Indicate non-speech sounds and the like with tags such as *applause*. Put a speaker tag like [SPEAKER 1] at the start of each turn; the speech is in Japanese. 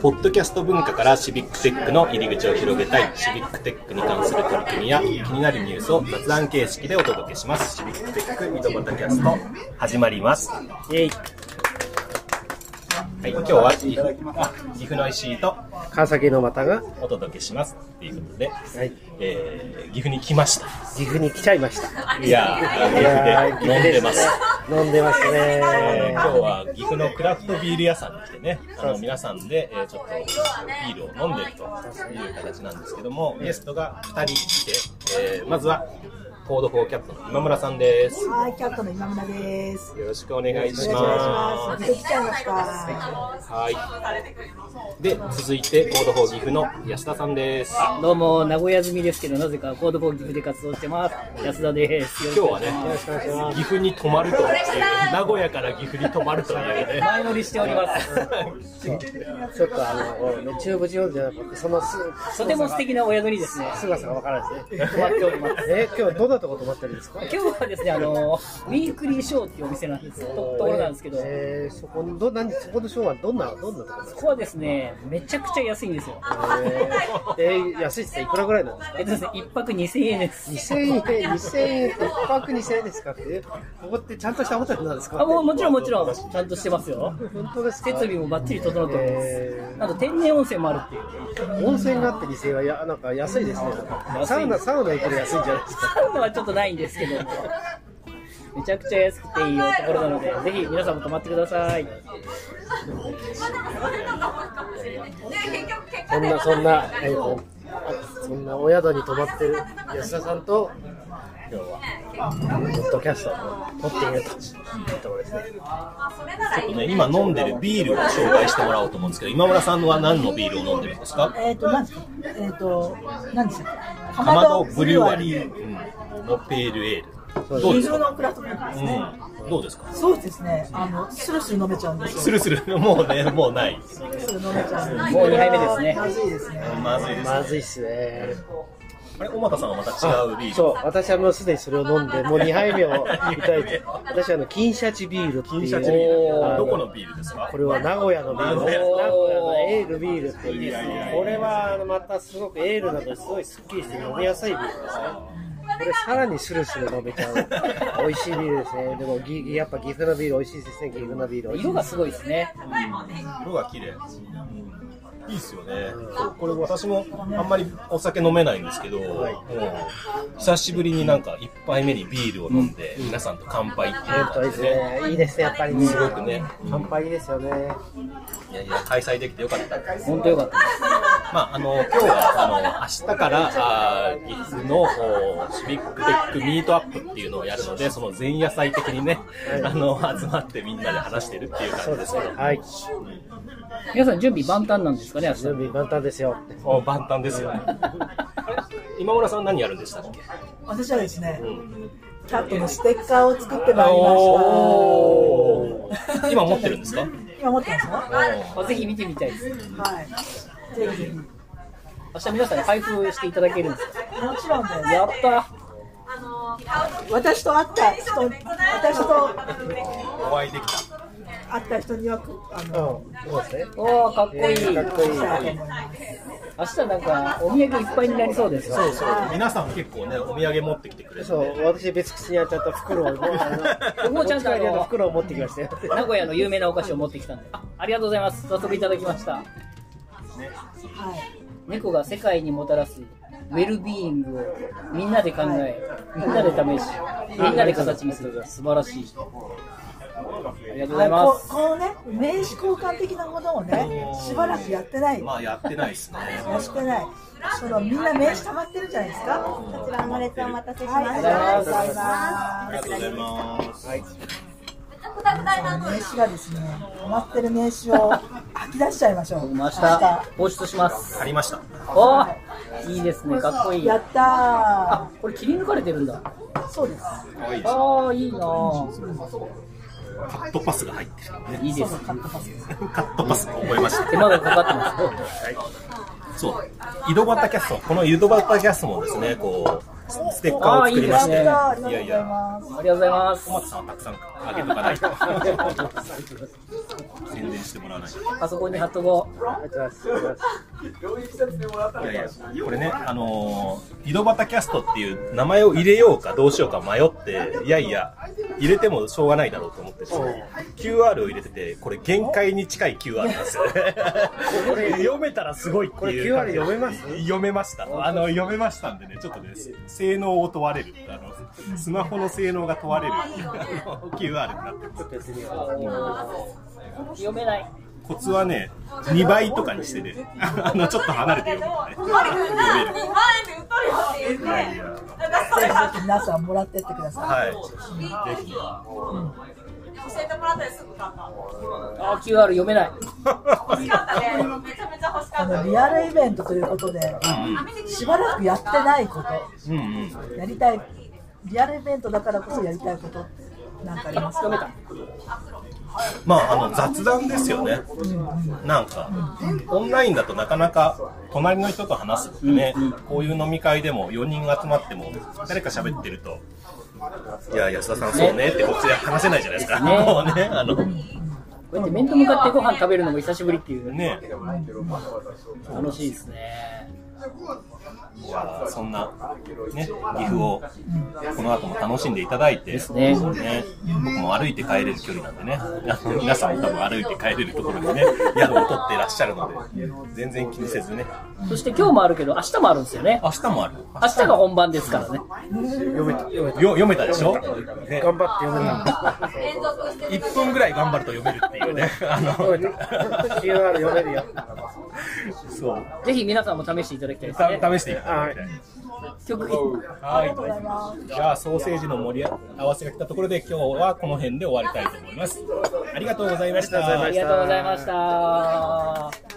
[SPEAKER 1] ポッドキャスト文化からシビックテックの入り口を広げたい、シビックテックに関する取り組みや気になるニュースを雑談形式でお届けします。シビックテック井戸端キャスト、始まります。は
[SPEAKER 2] イェイ
[SPEAKER 1] い、今日は岐阜あ岐阜の石井と
[SPEAKER 2] 川崎の股が、
[SPEAKER 1] お届けします。ということで、
[SPEAKER 2] はい、
[SPEAKER 1] えー、岐阜に来ました。
[SPEAKER 2] 岐阜に来ちゃい
[SPEAKER 1] *laughs*
[SPEAKER 2] ました。
[SPEAKER 1] いやー、岐阜で飲んでます。
[SPEAKER 2] 飲んでますね。
[SPEAKER 1] えー今日は岐阜のクラフトビール屋さんに来てね、あの皆さんで、えーちょっとビールを飲んでるという形なんですけども、ゲストが2人来て、えーまずはコードフォーキャットの今村さんです。よ
[SPEAKER 3] はい、キャットの今村です。
[SPEAKER 1] ろしくお願いし
[SPEAKER 3] お願いし
[SPEAKER 1] ま
[SPEAKER 3] ます。できちゃいました。
[SPEAKER 1] す。はい。で、続いてコードフォー岐阜の安田さんです。
[SPEAKER 4] どうも、名古屋住みですけど、なぜかコードフォー岐阜で活動してます。安田です。
[SPEAKER 1] 今日はね、岐阜に泊まるという、名古屋から岐阜に泊まるというね。
[SPEAKER 4] 前乗りしております。
[SPEAKER 2] ちょっとあの、中部地方じゃなくて、そのす、
[SPEAKER 4] とても素敵なお宿りですね。
[SPEAKER 2] 姿がわからないですね。
[SPEAKER 4] 泊まっております。
[SPEAKER 2] え、今日はどんなとこ泊まってるんですか
[SPEAKER 4] 今日はですね、あの、ウィークリーショーっていうお店なんですとところなんですけど、こ
[SPEAKER 2] えー、そこの、ど、何、そこのショーはどんな、どんなとこなんですか
[SPEAKER 4] こはですね、めちゃくちゃ安いんですよ。
[SPEAKER 2] えー、えー安いっすね。いくらぐらいなんですか
[SPEAKER 4] えっとですね、一泊2000円です。
[SPEAKER 2] 2000円、2000円って1泊2000円ですかって、ここってちゃんとしたホテルなんですか
[SPEAKER 4] あ、もうもちろんもちろん、ちゃんとしてますよ。
[SPEAKER 2] 本当ですか
[SPEAKER 4] 設備もバッチリ整っております。
[SPEAKER 2] え
[SPEAKER 4] あと天然温泉もあるっていう。
[SPEAKER 2] ー温泉があって2000円はや、なんか安いですね。サウナ、サウナ行くの安いんじゃないですか。
[SPEAKER 4] サウナはちょっとないんですけども。めちゃくちゃ安くていいおところなので、ぜひ皆さんも泊まってください。
[SPEAKER 2] そんなそんな、えーとそんなお宿に泊まってる安田さんと今日はポッドキャストを撮ってみるというところですね。
[SPEAKER 1] ね今飲んでるビールを紹介してもらおうと思うんですけど、今村さんは何のビールを飲んでるんですか
[SPEAKER 3] えっ、ー、と、なんですかえっ、ー、と、なんでしたっけ
[SPEAKER 1] かまどブリュワリーうんのペールエール。どうです
[SPEAKER 3] 通常
[SPEAKER 1] か
[SPEAKER 3] のクラフトビールですね。
[SPEAKER 1] うん。どうですか
[SPEAKER 3] そうですね。あの、スルスル飲めちゃうんです
[SPEAKER 1] ス
[SPEAKER 3] よ。
[SPEAKER 1] ルスル、もうね、もうない。
[SPEAKER 3] スルスル飲めちゃうんで。
[SPEAKER 4] もう二杯目ですね
[SPEAKER 3] まずいですね。
[SPEAKER 1] まずいです。
[SPEAKER 2] まずいっすね。
[SPEAKER 1] あれ、小俣さんはまた違うビール。
[SPEAKER 2] そう、私はもうすでにそれを飲んで、もう2杯目をいただいて、私はあの金シャチビールっていう、
[SPEAKER 1] 金シャチビール。
[SPEAKER 2] あの
[SPEAKER 1] どこのビールですか
[SPEAKER 2] これは名古屋のビール、
[SPEAKER 1] 名
[SPEAKER 2] 名
[SPEAKER 1] 古
[SPEAKER 2] 古
[SPEAKER 1] 屋
[SPEAKER 2] 屋
[SPEAKER 1] の
[SPEAKER 2] のエールビールっていう
[SPEAKER 1] いやいやいや
[SPEAKER 2] これはあのまたすごくエールなのですごいすっきりして飲みやすいビールですね。これさらにスルスル飲めちゃう。美味しいビールですね。でもぎぎやっぱ岐阜のビール美味しいですね。岐阜のビール美味しい。
[SPEAKER 4] 色がすごいですね。
[SPEAKER 1] 色が綺麗。うんいいっすよね。そうこれ私もあんまりお酒飲めないんですけど、もう久しぶりになんか一杯目にビールを飲んで、皆さんと乾杯っていう
[SPEAKER 2] 本当
[SPEAKER 1] 感
[SPEAKER 2] で
[SPEAKER 1] じ
[SPEAKER 2] す
[SPEAKER 1] でね。
[SPEAKER 2] ね。いいですね、やっぱりね。
[SPEAKER 1] すごくね、
[SPEAKER 2] 乾杯ですよね。
[SPEAKER 1] いやいや、開催できてよかったです。
[SPEAKER 4] 本当よかったです。
[SPEAKER 1] まあ、あの、今日は、あの、明日から、あー岐阜の、おーシビックテックミートアップっていうのをやるので、その前夜祭的にね、あの、集まってみんなで話してるっていう
[SPEAKER 2] そ
[SPEAKER 1] 感
[SPEAKER 2] う
[SPEAKER 1] じ
[SPEAKER 2] で
[SPEAKER 1] です
[SPEAKER 2] す
[SPEAKER 1] け
[SPEAKER 2] ね
[SPEAKER 1] ど、。
[SPEAKER 2] はい。
[SPEAKER 4] 皆さん準備万端なんですかね、明日。
[SPEAKER 2] 準備万端ですよ。
[SPEAKER 1] お万端ですよね。今村さん何やるんでしたっけ
[SPEAKER 3] 私はですね、キャットのステッカーを作ってまいりま
[SPEAKER 1] おー今持ってるんですか
[SPEAKER 3] した。今持ってますよ。
[SPEAKER 4] あぜひ見てみたいです。
[SPEAKER 3] はい。ぜひぜひ。も
[SPEAKER 4] 明日皆さんに配布していただけるんですか
[SPEAKER 3] ちろんです。
[SPEAKER 4] やった
[SPEAKER 3] 私と会った人、私と
[SPEAKER 1] お会いできた。
[SPEAKER 3] 会った人にはく、あ
[SPEAKER 2] うん
[SPEAKER 3] の、、
[SPEAKER 2] そうですね。
[SPEAKER 4] おー、かっこいい。
[SPEAKER 2] かっこいい。
[SPEAKER 3] したいと思います。
[SPEAKER 4] 明日なんか、お土産いっぱいになりそうですよ。
[SPEAKER 1] そうそう。皆さん結構ね、お土産持ってきてくれて
[SPEAKER 2] そ。う、私別口にあっちゃった袋を、もうあの、
[SPEAKER 4] もうちゃんとあ
[SPEAKER 2] 持ち帰り
[SPEAKER 4] の
[SPEAKER 2] の袋を持ってきましたよ。
[SPEAKER 4] 名古屋の有名なお菓子を持ってきたんで。あ、ありがとうございます。早速いただきました。
[SPEAKER 3] はい。
[SPEAKER 4] 猫が世界にもたらすウェルビーイングをみんなで考え、みんなで試し、みんなで形にする。素晴らしい。ありがとうございま
[SPEAKER 3] こ
[SPEAKER 4] す。
[SPEAKER 3] このね、名刺交換的なものをね、しばらくやってない。
[SPEAKER 1] まあ、やってないですね。
[SPEAKER 3] やってない。そのみんな名刺溜まってるじゃないですか。
[SPEAKER 5] こちらオムレツお待たせしま
[SPEAKER 3] はい、ありがとうござい
[SPEAKER 1] あ
[SPEAKER 3] ま
[SPEAKER 1] りがとうございます。
[SPEAKER 3] す。名刺がですね、溜まってる名刺を吐き出しちゃいましょう。
[SPEAKER 4] 僕も明日、放出します。
[SPEAKER 1] ありました。
[SPEAKER 4] おーいいですね。かっこいい
[SPEAKER 3] や。った
[SPEAKER 4] あ、これ切り抜かれてるんだ。
[SPEAKER 3] ー。そうです。
[SPEAKER 1] 可愛いです。
[SPEAKER 4] ああ、いいなぁ。
[SPEAKER 1] カットパスが入ってる。
[SPEAKER 4] いいです。
[SPEAKER 1] カットパス覚えました。
[SPEAKER 4] 手間がかかってます。
[SPEAKER 1] そう、井戸端キャスト、この井戸端キャストもですね、こう、スステッカーを作りまして、
[SPEAKER 4] あーい
[SPEAKER 3] ありが
[SPEAKER 4] いですね
[SPEAKER 1] いや
[SPEAKER 3] とう
[SPEAKER 1] い
[SPEAKER 3] ござ
[SPEAKER 1] や、
[SPEAKER 3] います。
[SPEAKER 4] ありがとうございます
[SPEAKER 1] 小。松さんはたくさんあげとかないと、宣伝してもらわないと。
[SPEAKER 4] あそこに貼っとこう。
[SPEAKER 2] ありがとうございます。
[SPEAKER 1] いやいや、これね、あのー井戸端キャストっていう名前を入れようかどうしようか迷って、いやいや、入れてもしょうがないだろうと思ってですね、QR を入れてて、これ限界に近い QR なんですよね。これ読めたらすごいっていう感じ。
[SPEAKER 2] これ QR 読めます
[SPEAKER 1] 読めました。あの、読めましたんでね、ちょっとね、性能を問われる。あの、スマホの性能が問われるっていうあの QR になってます。
[SPEAKER 2] ちょっとやってみよ
[SPEAKER 4] 読めない。
[SPEAKER 1] コツはね、2倍とかにしてね、あの、ちょっと離れて読むとね。
[SPEAKER 3] マリ君が2万円で売っとるよって言って、私それが
[SPEAKER 5] 皆さんもらってってください。
[SPEAKER 1] はい。ぜひ。
[SPEAKER 3] 教えてもらったりすぐ買った。
[SPEAKER 4] あ、QR 読めない。
[SPEAKER 3] 欲しかったね。めちゃめちゃ欲しか
[SPEAKER 5] あ
[SPEAKER 3] っ
[SPEAKER 5] の
[SPEAKER 3] た。
[SPEAKER 5] リアルイベントということで、しばらくやってないこ
[SPEAKER 1] うんうん。
[SPEAKER 5] と、やりたい、リアルイベントだからこそやりたいことって、なんかありますか
[SPEAKER 1] まあ、あの雑談ですよね、なんか、オンラインだとなかなか隣の人と話すってね、こういう飲み会でも4人集まっても、誰か喋ってると、いや、安田さん、そうねって、こっちで話せないじゃないですか、
[SPEAKER 4] ね
[SPEAKER 1] もうね、あの
[SPEAKER 4] こうやって面と向かってご飯食べるのも久しぶりっていう。
[SPEAKER 1] ね
[SPEAKER 4] 楽しいですね。
[SPEAKER 1] いやそんな、ね、岐阜をこの後も楽しんでいただいて、
[SPEAKER 4] すね
[SPEAKER 1] 僕も歩いて帰れる距離なんでね、あの皆さんも多分歩いて帰れるところにね、宿を取ってらっしゃるので、全然気にせずね、
[SPEAKER 4] そして今日もあるけど、明日もあるんですよね。
[SPEAKER 1] 明日もある。
[SPEAKER 4] 明日が本番ですからね。
[SPEAKER 1] よ読めたでしょ、
[SPEAKER 2] う。
[SPEAKER 1] ね、
[SPEAKER 2] 頑張って読めた。
[SPEAKER 3] 連続して
[SPEAKER 1] 1分ぐらい頑張ると読めるっていうね *laughs* あの
[SPEAKER 2] 読めた。QR *laughs* 読めるよ。
[SPEAKER 1] そう
[SPEAKER 4] ぜひ皆さんも試していただきたいです
[SPEAKER 1] た
[SPEAKER 4] ね。
[SPEAKER 1] 試していただきたい
[SPEAKER 4] 曲、
[SPEAKER 1] はいじゃあソーセージの盛り合わせが来たところで今日はこの辺で終わりたいと思いますありがとうございました
[SPEAKER 2] ありがとうございました
[SPEAKER 4] ありがとうございました。